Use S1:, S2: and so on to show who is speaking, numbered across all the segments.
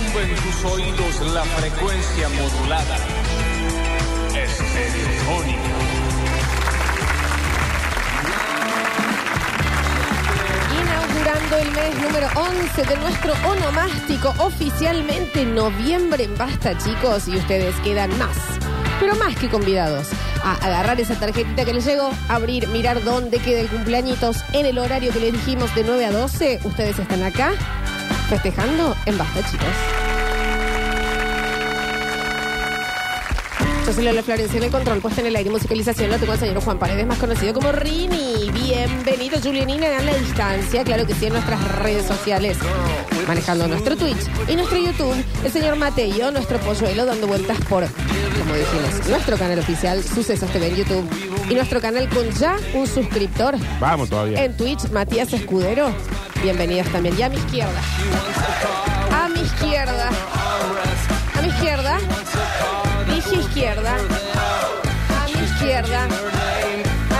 S1: sus oídos la frecuencia modulada. Estereofónica.
S2: Inaugurando el mes número 11 de nuestro onomástico oficialmente noviembre en Basta, chicos, y ustedes quedan más, pero más que convidados a agarrar esa tarjetita que les llegó, abrir, mirar dónde queda el cumpleañitos en el horario que les dijimos de 9 a 12. Ustedes están acá festejando en Basta, chicos. Yo soy Lola Florencia en el control, puesta en el aire, musicalización, lo tengo al señor Juan Paredes, más conocido como Rini. Bienvenido, Julianina, a la distancia, claro que sí, en nuestras redes sociales. Manejando nuestro Twitch y nuestro YouTube, el señor Mateo, nuestro polluelo, dando vueltas por, como dijimos, nuestro canal oficial, Sucesos TV en YouTube. Y nuestro canal con ya un suscriptor
S3: Vamos todavía.
S2: en Twitch, Matías Escudero. Bienvenidos también. Y a mi izquierda. A mi izquierda. A mi izquierda. Dije izquierda. A mi izquierda.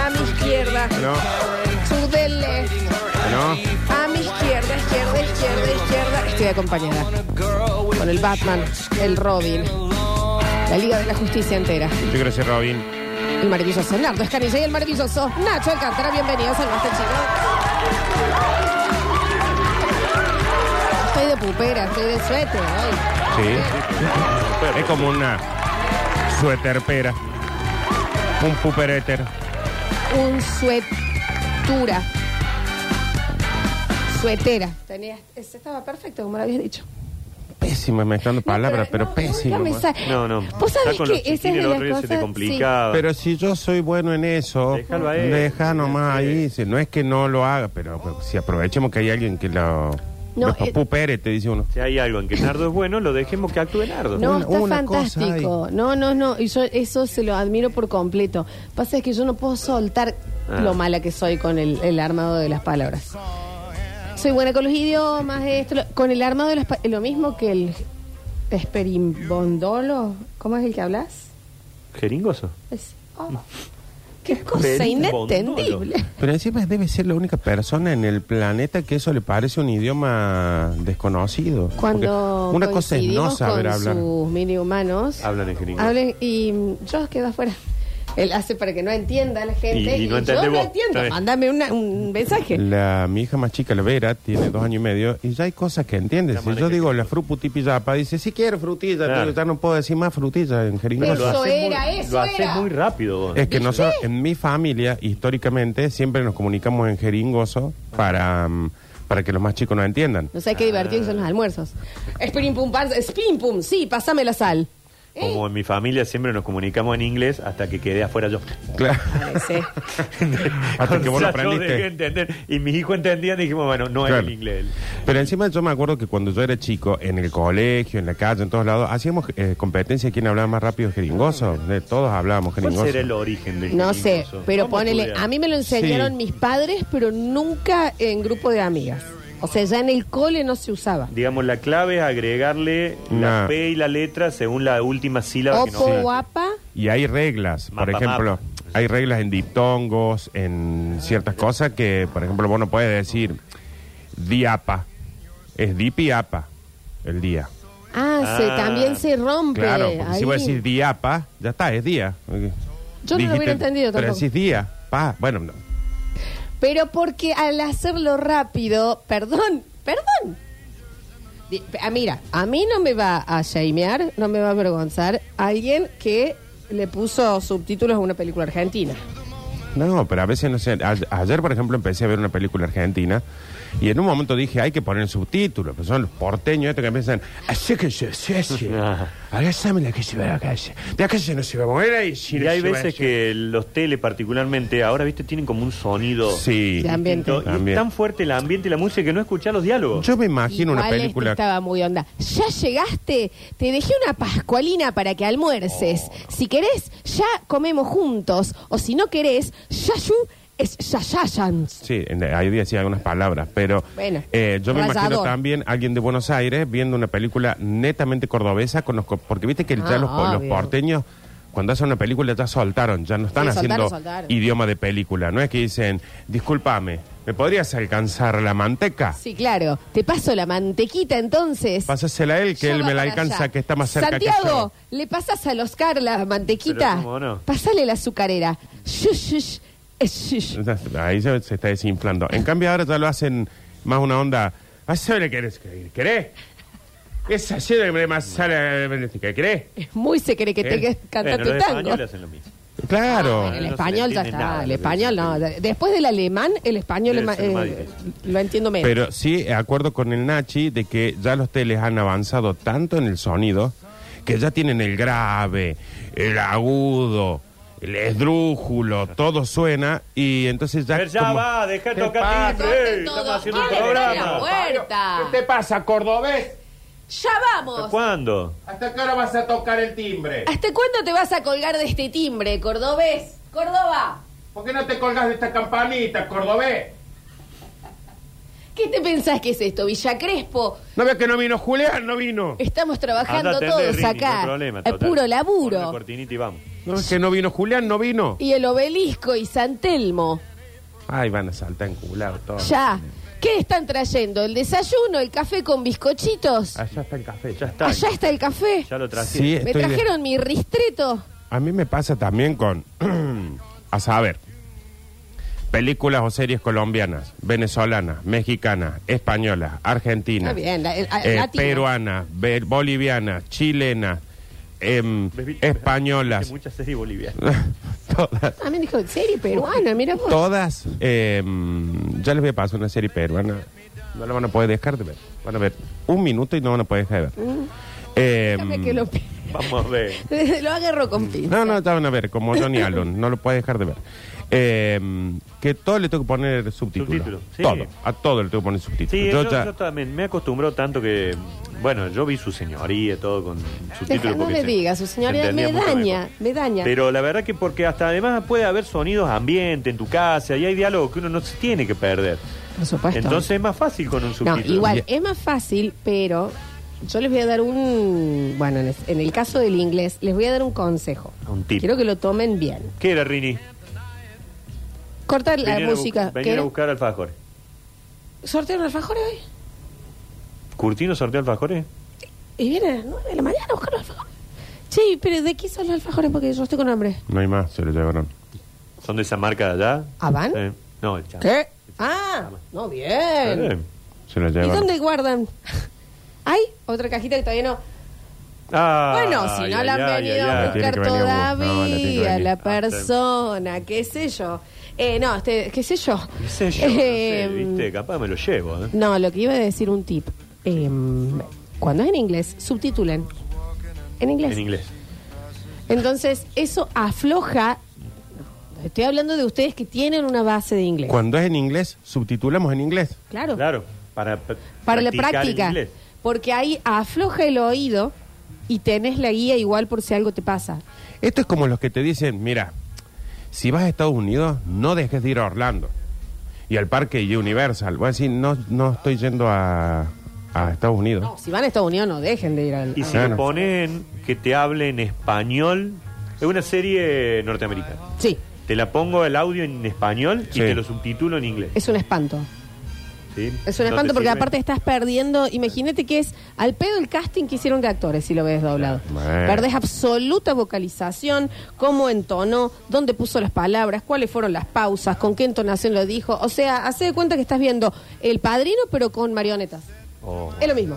S2: A mi izquierda.
S3: No,
S2: Sudele.
S3: no.
S2: A mi izquierda, izquierda, izquierda, izquierda. Estoy acompañada. Con el Batman, el Robin, la Liga de la Justicia entera.
S3: Yo quiero ser Robin.
S2: El maravilloso Nardo Escanilla y el maravilloso Nacho Alcántara. Bienvenidos al Basta Chino. Estoy de pupera, estoy de suéter hoy.
S3: Sí. Es como una suéterpera. Un puperéter.
S2: Un suetura. Suetera. Tenías, ese estaba perfecto, como lo habías dicho.
S3: Pésima mezclando palabras, pero, pésimo.
S2: nunca
S3: ¿eh?
S2: me
S3: man.
S2: sale.
S4: No, no.
S2: Vos sabés
S4: Ya con
S2: que
S4: los
S2: esa es
S4: chiquines
S2: de
S4: el
S2: las
S4: otro día se
S2: cosas,
S4: te
S2: sí.
S4: complicaba.
S3: Pero si yo soy bueno en eso,
S4: Déjalo a él.
S3: deja nomás ahí, si no es que no lo haga, pero, pero si aprovechemos que hay alguien que lo...
S2: No,
S3: los
S2: eh,
S3: pupere, te dice uno.
S4: Si hay algo en que Nardo es bueno, lo dejemos que actúe Nardo.
S2: No,
S3: Una-
S2: está
S3: una cosa
S2: fantástico. No, no, no. Y yo eso se lo admiro por completo. Pasa es que yo no puedo soltar
S4: Ah.
S2: lo mala que soy con el, el armado de las palabras. Soy buena con los idiomas, esto, lo- con el armado de las palabras. Lo mismo que el esperimbondolo. ¿Cómo es el que hablas?
S4: Jeringoso.
S2: Es- oh, qué cosa
S4: Esperimbondolo.
S2: inentendible.
S3: Pero encima debe ser la única persona en el planeta que eso le parece un idioma desconocido.
S2: Cuando
S3: Porque una cosa es no
S2: coincidimos
S3: saber
S2: con
S3: hablar.
S2: sus mini humanos,
S4: Hablan en jeringoso.
S2: Hablen y mm, yo quedo afuera. Él hace para que no entienda la gente.
S4: Y- y no
S2: yo
S4: entendés
S2: no
S4: vos.
S2: entiendo.
S4: Está bien.
S2: Mándame una- un mensaje.
S3: La, mi hija más chica, la Vera, tiene dos años y medio y ya hay cosas que entiende.
S4: La
S3: Si
S4: madre
S3: yo
S4: que
S3: digo la fruputipillapa, dice, sí quiero frutilla,
S4: Claro.
S3: pero ya no puedo decir más frutilla en jeringosa.
S2: Eso
S4: haces
S2: era,
S4: muy,
S2: eso
S4: Lo haces
S2: era.
S4: muy rápido vos.
S3: Es que nosotros, en mi familia, históricamente, siempre nos comunicamos en jeringoso para, mm, para que los más chicos no entiendan.
S2: No sé qué divertido que son
S4: Ah.
S2: los almuerzos. Spin pum, pan, spin pum, sí, pasame la sal.
S4: Como en mi familia siempre nos comunicamos en inglés hasta que quedé afuera yo.
S3: Claro.
S2: Parece.
S3: Hasta que
S4: O
S3: vos lo
S4: sea, yo
S3: aprendiste.
S4: dejé de entender. Y mis hijos entendían y dijimos, bueno, no es
S3: Claro.
S4: el inglés.
S3: Pero encima yo me acuerdo que cuando yo era chico, en el colegio, en la calle, en todos lados, hacíamos eh, competencia de quién hablaba más rápido jeringoso. De todos hablábamos
S4: ¿Cuál
S3: jeringoso.
S4: será el origen del
S2: No sé,
S4: jeringoso?
S2: pero
S4: ¿Cómo
S2: ponele.
S4: estudiaron?
S2: A mí me lo enseñaron
S3: Sí.
S2: mis padres, pero nunca en grupo de amigas. O sea, ya en el cole no se usaba.
S4: Digamos, la clave es agregarle la
S3: Nah.
S4: P y la letra según la última sílaba que no
S2: Opo, guapa.
S3: Y hay reglas, por
S4: Mapa,
S3: ejemplo,
S4: mapa.
S3: hay reglas en diptongos, en ciertas cosas que, por ejemplo, vos no puedes decir diapa, es dipiapa el día.
S2: Ah, se,
S4: Ah.
S2: también se rompe.
S3: Claro, porque si
S2: ahí.
S3: vos decís diapa, ya está, es día.
S2: Yo no lo hubiera entendido
S3: Pero
S2: tampoco.
S3: decís día, pa, bueno, no.
S2: Pero porque al hacerlo rápido, perdón, perdón. Di- ah, Mira, a mí no me va a shamear, no me va a avergonzar alguien que le puso subtítulos a una película argentina.
S3: No, pero a veces no sé. A- Ayer, por ejemplo, empecé a ver una película argentina y en un momento dije, hay que poner subtítulos. Pero son los porteños estos que empiezan, así que yo, sí, así.
S4: Ajá.
S3: Ahora sabe la que se va a la calle. De acá se no se va a mover ahí. si no
S4: Y hay
S3: se va a
S4: veces
S3: hacer".
S4: que los tele particularmente, ahora viste, tienen como un sonido
S3: Sí.
S2: De ambiente.
S4: distinto. Y es
S3: También.
S4: tan fuerte el ambiente y la música que no escuchás los diálogos.
S3: Yo me imagino una
S2: Igual este
S3: película.
S2: estaba muy onda. Ya llegaste, te dejé una pascualina para que almuerces.
S3: Oh.
S2: Si querés, ya comemos juntos. O si no querés, yayu es yayayans.
S3: Sí, en- ahí decía algunas palabras, pero
S2: Bueno,
S3: eh, yo me imagino
S2: rayador.
S3: también alguien de Buenos Aires viendo una película netamente cordobesa, con los co- porque viste que
S2: Ah,
S3: ya los, po- los
S2: obvio.
S3: porteños cuando hacen una película ya soltaron, ya no están
S2: Sí, soltaron,
S3: haciendo
S2: soltaron.
S3: idioma de película, no es que dicen, discúlpame, ¿Me podrías alcanzar la manteca?
S2: Sí, claro. Te paso la mantequita entonces.
S3: Pásasela a él, que
S2: Ya
S3: él
S2: va
S3: me la
S2: para
S3: alcanza,
S2: allá.
S3: que está más cerca que yo.
S2: Santiago, le pasas al Oscar la mantequita.
S4: Pero cómo no.
S2: Pásale la azucarera. Shush, shush, eh, shush.
S3: Ahí se, se está desinflando. En cambio, ahora ya lo hacen más una onda. ¿Ah, ¿Sabes lo que querés? ¿Querés? Esa llena que me más sale. ¿Qué querés?
S2: Es muy se cree que
S3: Eh,
S2: te que
S4: Bueno,
S2: cantar
S4: los
S2: tu tango.
S4: españoles hacen lo mismo.
S3: Claro.
S2: Ah, el
S4: no se
S2: español ya
S4: entiende
S2: está,
S4: nada,
S2: el
S4: no se
S2: español no. Después del alemán, el español
S4: Debe
S2: es ma-
S4: ser más
S2: eh,
S4: difícil.
S2: lo entiendo menos.
S3: Pero sí, de acuerdo con el Nachi, de que ya los teles han avanzado tanto en el sonido que ya tienen el grave, el agudo, el esdrújulo, todo suena y entonces ya.
S4: Pero ya
S3: Ah, como-
S4: va, dejá
S3: ¿Qué
S4: tocar
S3: pasa?
S4: timbre.
S2: Corten
S4: Ey,
S2: todo.
S4: estamos haciendo un
S2: ¿Quién le abre la
S4: programa.
S2: puerta?
S3: ¿Qué te pasa, cordobés? este-
S2: ya
S4: ¿Hasta
S2: vamos.
S4: cuándo?
S3: ¿Hasta qué hora vas a tocar el timbre?
S2: ¿Hasta cuándo te vas a colgar de este timbre, cordobés? Córdoba,
S3: ¿Por qué no te colgas de esta campanita, cordobés?
S2: ¿qué te pensás que es esto, Villa Crespo?
S3: ¿No ves que no vino Julián? No vino.
S2: Estamos trabajando
S4: Andá, atendé,
S2: todos
S4: Rini, no
S2: acá.
S4: hay problema,
S2: a
S4: total.
S2: puro
S4: Pon una
S2: laburo.
S4: cortinita y vamos.
S3: ¿No ves que no vino Julián? No vino.
S2: Y el obelisco y San Telmo.
S3: Ay, van a saltar en culado todo.
S2: Ya. ¿Qué están trayendo? ¿El desayuno? ¿El café con bizcochitos?
S3: Allá está el café.
S4: Ya está.
S2: Allá está el café.
S4: Ya lo traje.
S3: Sí,
S2: Me
S3: estoy de-
S2: trajeron mi ristreto.
S3: A mí me pasa también con, a saber, películas o series colombianas, venezolanas, mexicanas, españolas, argentinas,
S2: Está bien, la- el- a-
S3: eh,
S2: latina.
S3: peruanas, be- bolivianas, chilenas, em, españolas,
S4: Muchas series bolivianas.
S3: todas,
S2: También Ah, dijo, ¿en serio? Peruana, mira vos.
S3: todas, em, ya les voy a pasar una serie peruana, no la van a poder dejar de ver, van a ver un minuto y no van a poder dejar de ver. Em,
S2: Uh. Déjame que lo,
S4: Vamos a ver.
S2: lo agarro con pinza.
S3: No, no, ya van a ver, como Johnny Allen, no lo puede dejar de ver. Eh, que todo le tengo que poner subtítulos.
S4: Subtítulos, sí.
S3: Todo, a todo le tengo que poner subtítulos.
S4: Sí, yo,
S3: Yo ya-
S4: yo también me acostumbró tanto que, bueno, yo vi su señoría, todo con su
S2: Deja,
S4: título.
S2: no
S4: porque
S2: le
S4: se-
S2: digas, su señoría,
S4: se entendía
S2: me
S4: mucho
S2: daña,
S4: mejor.
S2: me daña.
S4: Pero la verdad que porque hasta además puede haber sonidos ambiente en tu casa y hay diálogo que uno no se tiene que perder.
S2: Por supuesto.
S4: Entonces es más fácil con un
S2: No,
S4: subtítulo.
S2: igual, es más fácil, pero yo les voy a dar un. Bueno, en es- en el caso del inglés, les voy a dar un consejo.
S4: Un tip.
S2: Quiero que lo tomen bien.
S4: ¿Qué era, Rini?
S2: Cortar la
S4: Venían a bu-
S2: música.
S4: Venían
S2: ¿Qué?
S4: a buscar alfajores.
S2: ¿Sortearon alfajores hoy?
S4: ¿Curtino sorteó alfajores?
S2: Y viene a las 9 de la mañana a buscar los alfajores. Che, pero ¿de qué son los alfajores? Porque yo estoy con hambre.
S3: No hay más, se lo llevaron.
S4: ¿Son de esa marca de allá?
S2: ¿Avan?
S4: Eh, no, el Chavo.
S2: ¿Qué? Ah, no, bien.
S4: Eh,
S3: Se lo
S2: ¿Y
S3: llevaron.
S2: dónde guardan? ¿Hay otra cajita que todavía no?
S4: Ah,
S2: Bueno, si no
S4: ay,
S2: la han
S4: ay,
S2: venido
S4: ay, ay.
S2: a
S3: Tiene
S2: buscar
S3: que venir a buscar. No, la tiene que
S2: todavía,
S3: venir.
S2: la
S3: Ah,
S2: persona, qué sé yo. Eh, no, este, qué sé yo.
S4: ¿Qué sé yo? No sé,
S2: Eh,
S4: ¿viste? Capaz me lo llevo. ¿eh?
S2: no, lo que iba a decir un tip. Eh, cuando es en inglés, subtitulen. En inglés.
S4: En inglés.
S2: Entonces, eso afloja. No, Estoy hablando de ustedes que tienen una base de inglés.
S3: Cuando es en inglés, subtitulamos en inglés.
S2: Claro.
S4: Claro, para, pr-
S2: Para la
S4: practicar
S2: práctica.
S4: el inglés.
S2: Porque ahí afloja el oído y tenés la guía igual por si algo te pasa.
S3: Esto es como los que te dicen, mira, si vas a Estados Unidos, no dejes de ir a Orlando y al parque Universal. Voy a decir, no, no estoy yendo a, a Estados Unidos.
S2: No, Oh, si van a Estados Unidos, no dejen de ir al.
S4: Y si
S3: Claro.
S4: lo ponen que te hable en español, es una serie norteamericana.
S2: Sí,
S4: Te la pongo el audio en español
S3: Sí.
S4: y te lo subtitulo en inglés.
S2: es un espanto.
S4: ¿sí?
S2: Es un
S4: ¿No te
S2: espanto porque
S4: sirve?
S2: aparte estás perdiendo, imagínate que es al pedo el casting que hicieron de actores si lo ves doblado.
S3: Bueno.
S2: Perdés absoluta vocalización, cómo entonó, dónde puso las palabras, cuáles fueron las pausas, con qué entonación lo dijo. O sea, hace de cuenta que estás viendo El Padrino pero con marionetas.
S4: Oh,
S2: Es lo mismo.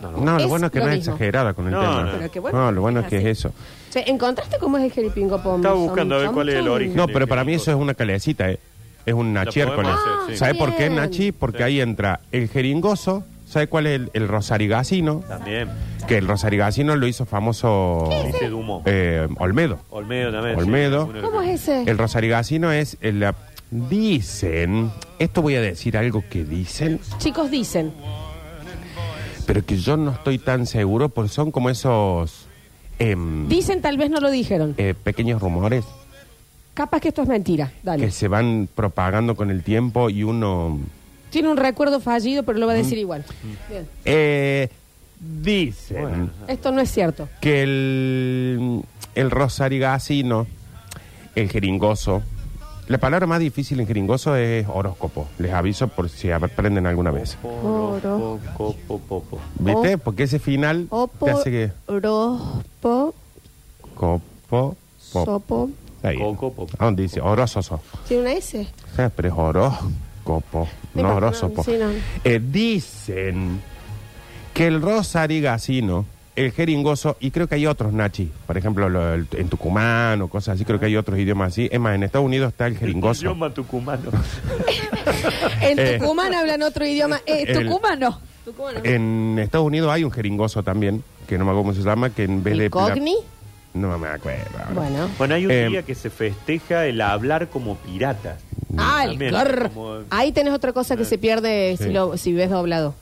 S4: no, no.
S3: No, lo
S2: Es
S3: bueno es que
S2: lo
S3: no es
S2: mismo.
S3: exagerada con el
S4: No,
S3: tema.
S4: no.
S2: Pero que bueno,
S3: no, lo bueno es
S2: es
S3: que es
S2: así.
S3: eso.
S2: O sea, ¿Encontraste cómo es el jeripingo pom?
S4: Estaba buscando a ver cuál es el
S2: chom?
S4: origen.
S3: No, pero para mí eso es una calecita, eh. es un nachiércoles.
S4: podemos hacer, sí.
S3: ¿Sabe
S2: Ah,
S3: por qué,
S2: bien.
S3: Nachi? Porque
S4: Sí.
S3: ahí entra el jeringoso, ¿sabe cuál es el, el rosarigacino?
S4: También.
S3: Que el rosarigacino lo hizo famoso
S4: Ese Dumont.
S3: eh, Olmedo.
S4: Olmedo también.
S3: Olmedo.
S4: uno de los
S2: ¿Cómo
S4: que-
S2: es ese?
S3: El rosarigacino es el... la- Dicen, esto voy a decir algo que dicen,
S2: Chicos dicen.
S3: pero que yo no estoy tan seguro, porque son como esos em,
S2: Dicen, tal vez no lo dijeron.
S3: eh, pequeños rumores
S2: Capaz que esto es mentira. Dale.
S3: que se van propagando con el tiempo y uno
S2: Tiene un recuerdo fallido, pero
S4: Mm.
S2: lo va a decir igual. Bien.
S3: Eh, dicen
S2: Esto no es cierto.
S3: que el, el rosarigacino, el jeringoso, La palabra más difícil en gringoso es horóscopo. Les aviso por si aprenden alguna vez.
S4: Poro, po, po, po, po.
S3: ¿Viste? Porque ese final te hace que...
S2: Oporospo,
S3: Copo, pop.
S2: sopo.
S3: Ahí.
S4: Coco, pop.
S3: ¿A dónde dice? Orososo.
S2: ¿Tiene una S?
S3: Ah, Pero es horóscopo,
S2: Me
S3: no
S2: imagino,
S3: horóscopo.
S2: sí, no.
S3: Eh, dicen que el rosarigacino, el jeringoso, y creo que hay otros, Nachi, por ejemplo, lo- el- en Tucumán o cosas así, creo que hay otros idiomas así. Es más, en Estados Unidos está el jeringoso.
S4: Idioma tucumano.
S3: Eh,
S2: En Tucumán hablan otro idioma. Eh,
S3: el-
S2: Tucumano. Tucumano.
S3: En Estados Unidos hay un jeringoso también, que no me acuerdo cómo se llama, que en vez
S2: ¿El
S3: de... la-
S2: cogni?
S3: No me acuerdo. ahora.
S2: Bueno.
S4: Bueno, hay un
S3: Eh,
S4: día que se festeja el hablar como pirata.
S2: Ah, el
S4: También,
S2: grr.
S4: como-
S2: Ahí tenés otra cosa que se pierde si,
S3: Sí.
S2: lo, si ves doblado.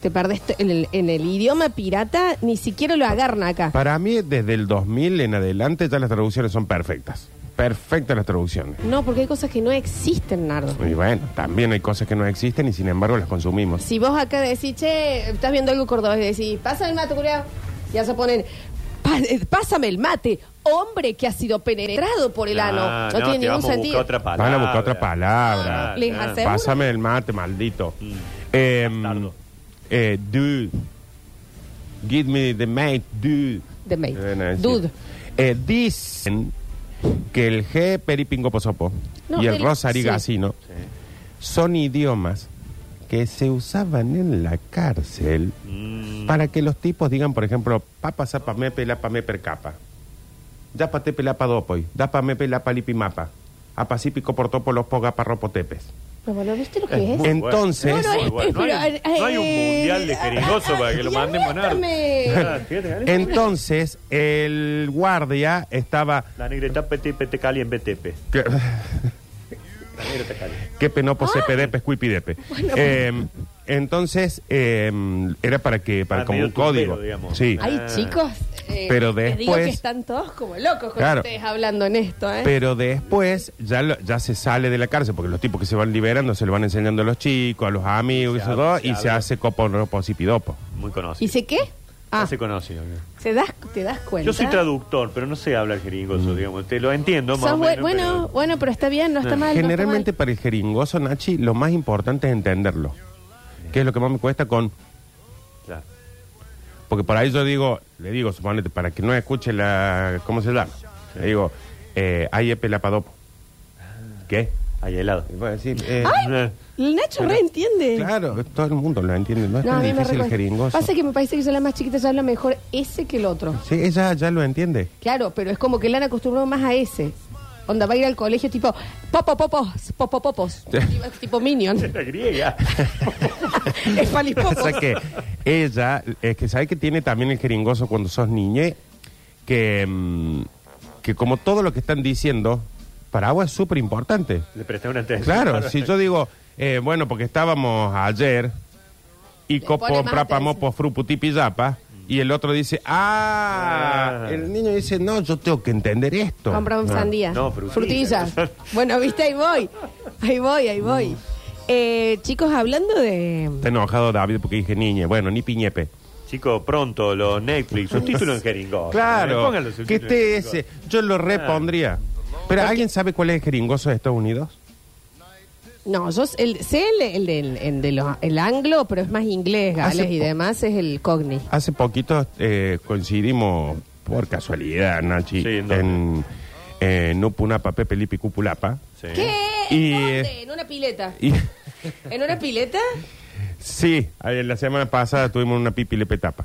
S2: Te perdés t- en el, en el idioma pirata, ni siquiera lo agarran acá.
S3: Para mí, desde el 2000 en adelante, ya las traducciones son perfectas. Perfectas las traducciones.
S2: No, porque hay cosas que no existen, Nardo.
S3: Y bueno, también hay cosas que no existen y sin embargo las consumimos.
S2: Si vos acá decís, che, estás viendo algo cordobés y decís, pásame el mate, culiao", ya se ponen, "Pa- eh, pásame el mate, hombre que ha sido penetrado por el
S4: Nah,
S2: ano. No,
S4: Ah, no,
S2: tiene
S4: te
S2: ningún
S4: vamos a
S2: sentido.
S4: buscar otra palabra.
S3: Van a buscar otra palabra.
S4: Ah,
S2: Les
S4: ah.
S2: aseguro.
S3: Pásame el mate, maldito.
S4: Mm.
S3: Em,
S4: Bastardo.
S3: eh, dude. Give me the mate, dude.
S2: The mate.
S3: Eh, no, es
S2: Dude.
S3: decir, eh, dicen que el G peripingoposopo
S2: No,
S3: y el,
S2: el-
S3: rosarigacino son idiomas que se usaban en la cárcel
S4: Mm,
S3: para que los tipos digan, por ejemplo, papa zapa mepe lapa meper capa. Dapa tepe lapa dopoy, dapa mepe lapa lipimapa. Apacipico portópolos poga parropotepes.
S2: No, bueno, ¿viste lo que es?
S4: muy bueno.
S3: Entonces-
S4: Es muy bueno. no, hay,
S2: pero,
S4: no hay un
S2: eh,
S4: mundial de jeringoso para que lo Ah,
S2: y
S4: mandemos a
S2: apriétame.
S3: Entonces, el guardia estaba...
S4: La negreta pete pete cali en BTP.
S3: que-
S4: La negreta cali.
S3: Que penopo sepedepe, escuipidepe. Eh, entonces, eh, era para que, para
S4: Ah,
S3: como
S4: medio
S3: un código.
S4: tumbero, digamos.
S3: Sí.
S4: Ah.
S2: Ay, chicos. eh,
S3: Pero
S2: les digo que
S3: después-
S2: están todos como locos con
S3: Claro.
S2: ustedes hablando en esto, ¿eh?
S3: Pero después ya, lo- ya se sale de la cárcel, porque los tipos que se van liberando se lo van enseñando a los chicos, a los amigos, y,
S4: Se
S3: eso
S4: habla,
S3: todo,
S4: se
S3: y se
S4: habla.
S3: hace coponosposipidopo.
S4: Muy conocido.
S2: ¿Y se qué? Ah,
S4: No se conoce. ¿no?
S2: ¿te das, ¿te das cuenta?
S4: Yo soy traductor, pero no sé hablar
S3: Mm.
S4: jeringoso, digamos. Te lo entiendo, más
S2: Sos
S4: o
S2: buen-
S4: menos.
S2: bueno,
S4: pero- Eh.
S2: bueno, pero está bien, no está mal. no está
S3: Generalmente
S2: mal.
S3: para el jeringoso, Nachi, lo más importante es entenderlo. Que es lo que más me cuesta con...
S4: Claro.
S3: Porque por ahí yo digo, le digo, suponete, para que no escuche la... ¿Cómo se llama? Le digo, eh, hay epelapadopo.
S4: Ah.
S3: ¿Qué?
S4: Ahí helado.
S3: Y voy a decir, eh,
S4: Eh,
S2: El Nacho re entiende.
S3: Claro, todo el mundo lo entiende, no es
S2: No, a
S3: tan
S2: mí me
S3: difícil el
S2: recuerda.
S3: jeringoso.
S2: Pasa que me parece que yo la más chiquita ya habla mejor ese que el otro.
S3: Sí, ella ya lo entiende.
S2: Claro, pero es como que la han acostumbrado más a ese. Onda va a ir al colegio tipo popo popos, popo popos. tipo minion.
S4: Era griega.
S2: es palipopos.
S3: Pasa que ella, es que sabe que tiene también el jeringoso cuando sos niñe, que, mm, que como todo lo que están diciendo, para vos es súper importante.
S4: Le presté una atención.
S3: Claro, si yo digo, eh, bueno, porque estábamos ayer y
S2: pone
S3: copo
S2: más
S3: prapa
S2: atención.
S3: mopo fruputipillapa, y el otro dice, ah,
S4: Ah.
S3: el niño dice, no, yo tengo que entender esto.
S2: Compramos
S3: Ah.
S2: sandía.
S4: No, frutillas.
S2: frutillas. bueno, viste, ahí voy. Ahí voy, ahí
S3: Mm.
S2: voy. Eh, chicos, hablando de.
S3: Está enojado David porque dije niñe, bueno, ni piñepe.
S4: Chicos, pronto, los Netflix, subtítulos en jeringoso. Eh,
S3: Claro,
S4: Pónganlo subtítulos Ah.
S3: que
S4: en
S3: esté
S4: jeringoso.
S3: ese. Yo lo repondría. Pero ¿alguien sabe cuál es el jeringoso de Estados Unidos?
S2: No, yo s- el, sé el, el, del- el de los- el anglo, pero es más inglés,
S3: Hace
S2: gales y
S3: po-
S2: demás, es el cogni.
S3: Hace poquito eh, coincidimos por casualidad, Nachi,
S4: Sí, ¿en dónde?
S3: en eh, Nupunapa, Pepe Lipi Cupulapa.
S4: Sí.
S2: ¿Qué?
S3: Eh. Y-
S2: ¿Dónde? ¿En una pileta?
S3: Y,
S2: ¿En una pileta?
S3: sí, ayer, la semana pasada tuvimos una pipilepetapa.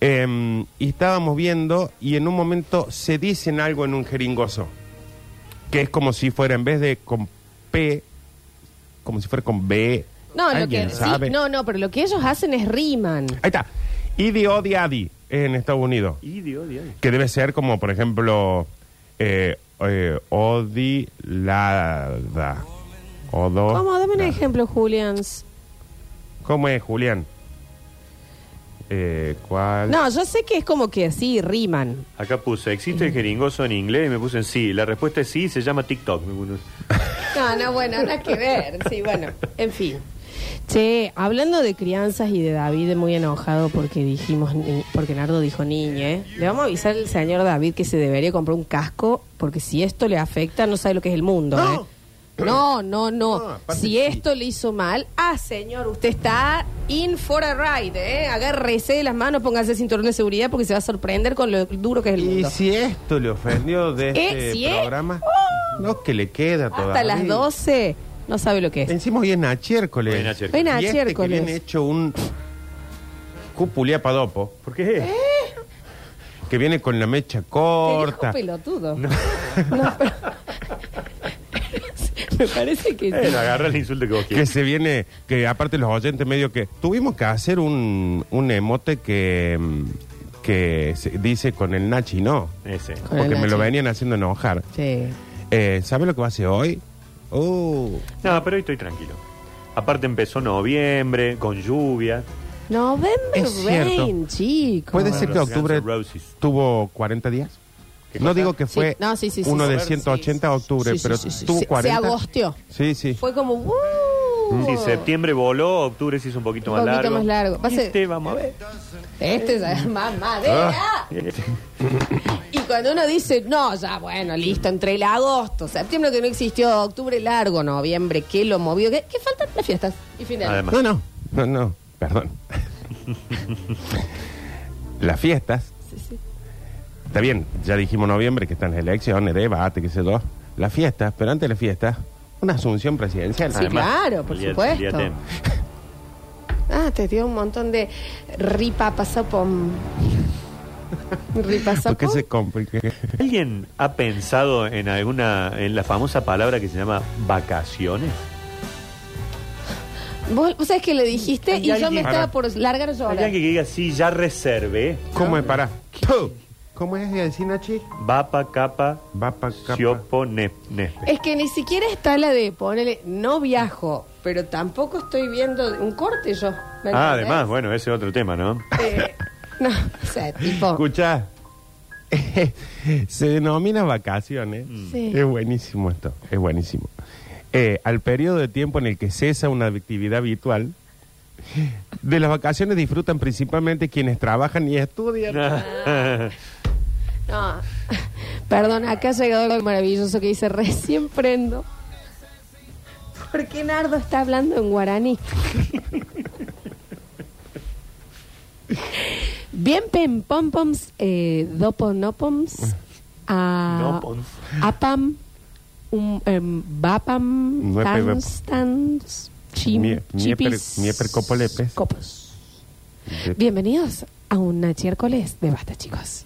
S3: Em, y estábamos viendo y en un momento se dicen algo en un jeringoso. Que es como si fuera, en vez de con P, como si fuera con B.
S2: No, lo
S3: ¿Alguien
S2: que, sí,
S3: sabe?
S2: no, no, pero lo que ellos hacen es riman.
S3: Ahí está. Idi Odi Adi en Estados Unidos.
S4: Y Dios, Dios.
S3: Que debe ser como, por ejemplo, eh, eh, Odi Lada. Odo.
S2: ¿Cómo? Dame un
S3: Lada.
S2: ejemplo, Julians.
S3: ¿Cómo es, Julián? Eh, ¿Cuál?
S2: No, yo sé que es como que sí, riman.
S4: Acá puse, ¿existe el jeringoso en inglés? Y me puse en sí. La respuesta es sí, se llama TikTok. Me puse-
S2: No, no, bueno, nada que ver. Sí, bueno, en fin. Che, hablando de crianzas y de David muy enojado porque dijimos, ni- porque Nardo dijo niñe, le vamos a avisar al señor David que se debería comprar un casco porque si esto le afecta no sabe lo que es el mundo.
S3: No.
S2: ¿eh? No, no, no.
S3: No, aparte
S2: si
S3: sí.
S2: esto le hizo mal, ah, señor, usted está in for a ride, ¿eh? Agárrese de las manos, póngase el cinturón de seguridad porque se va a sorprender con lo duro que es el
S3: Y
S2: mundo.
S3: si esto le ofendió de
S2: Eh,
S3: este
S2: si es- ¡Oh!
S3: programa, no que le queda
S2: Hasta
S3: todavía.
S2: las 12 no sabe lo que es.
S3: Encima hoy es Nachiércoles.
S4: Hoy es Nachiércoles.
S2: Hoy es
S3: Y este que le han
S2: Nachiércoles.
S3: hecho un cupulia padopo,
S4: ¿Por qué?
S2: ¿Eh?
S3: que viene con la mecha
S2: Te dijo
S3: corta.
S2: pelotudo. No, pero- Me parece que
S4: Eh,
S2: sí.
S4: no, agarra el insulto que vos
S3: Que
S4: quieras.
S3: se viene, que aparte los oyentes medio que... Tuvimos que hacer un, un emote que, mm, que se dice con el Nachi, no.
S4: Ese.
S2: Con el
S3: Porque me lo
S2: Nachi.
S3: venían haciendo enojar.
S2: Sí.
S3: Eh, ¿Sabe lo que va a hacer hoy? Uh,
S4: No, pero hoy estoy tranquilo. Aparte empezó noviembre, con lluvia.
S2: November
S3: Es cierto.
S2: Rain, chicos.
S3: ¿Puede ser que
S4: Guns N'
S3: octubre
S4: Roses.
S3: tuvo 40 días?
S4: ¿Qué
S3: No
S4: cosa?
S3: digo que
S2: Sí,
S3: fue
S2: no, sí, sí, sí,
S3: uno
S2: sí.
S3: de 180 a octubre,
S2: Sí, sí,
S3: pero
S2: sí, sí.
S3: tuvo
S2: Se- se
S3: 40.
S2: agosteó.
S3: Sí, sí.
S2: Fue como. ¡wow!
S4: Sí, septiembre voló, octubre se hizo un poquito
S2: Uh. Un
S4: más
S2: poquito
S4: largo.
S2: más largo. Va a ser-
S4: Este, vamos a ver.
S2: Este ya es más madera.
S3: Ah.
S2: Y cuando uno dice, no, ya, bueno, listo, entre el agosto, septiembre que no existió, octubre largo, noviembre, que lo movió? ¿Qué, qué faltan las fiestas? Y final.
S4: Además.
S3: No, no, no, no, perdón. Las fiestas. Está bien, ya dijimos noviembre que están las elecciones, debate, qué sé yo. Las fiestas, pero antes de las fiestas, una asunción presidencial.
S2: Sí,
S4: Además, eh.
S2: claro, por
S4: olvídate,
S2: supuesto.
S4: olvídate.
S2: Ah, te dio un montón de ripapasapom.
S3: ¿Por qué
S2: Ripasapom.
S3: se complica?
S4: ¿Alguien ha pensado en alguna, en la famosa palabra que se llama vacaciones?
S2: Vos, vos sabés que le dijiste
S4: Hay
S2: y yo
S4: alguien-
S2: me estaba
S3: Pará.
S2: por largar yo
S4: Hay alguien que diga, sí, ya reservé.
S3: ¿Cómo es para? ¿Cómo es decir, Nachi?
S4: Vapa, capa,
S3: Va para acá.
S4: siopo, ne- nespe.
S2: Es que ni siquiera está la de ponele, no viajo, pero tampoco estoy viendo un corte yo. ¿me
S4: Ah,
S2: entendés?
S4: además, bueno, ese es otro tema, ¿no?
S2: Eh, no, o sea, tipo.
S3: Escucha. se denomina vacaciones.
S2: Sí.
S3: Es buenísimo esto, es buenísimo. Eh, al periodo de tiempo en el que cesa una actividad habitual, de las vacaciones disfrutan principalmente quienes trabajan y estudian.
S2: Ah. No. Perdón, acá ha llegado algo maravilloso que dice: recién prendo. ¿Por qué Nardo está hablando en guaraní? Bien, pem, pom, poms, eh, dopo, no, poms, a,
S4: No, poms.
S2: apam, um, em, vapam,
S3: Nuepe, vep.
S2: tans, tans, chim,
S3: Mie- mieper-
S2: chipis,
S3: mieper copolepes.
S2: copos. Bienvenidos a un Nachiércoles de Basta, chicos.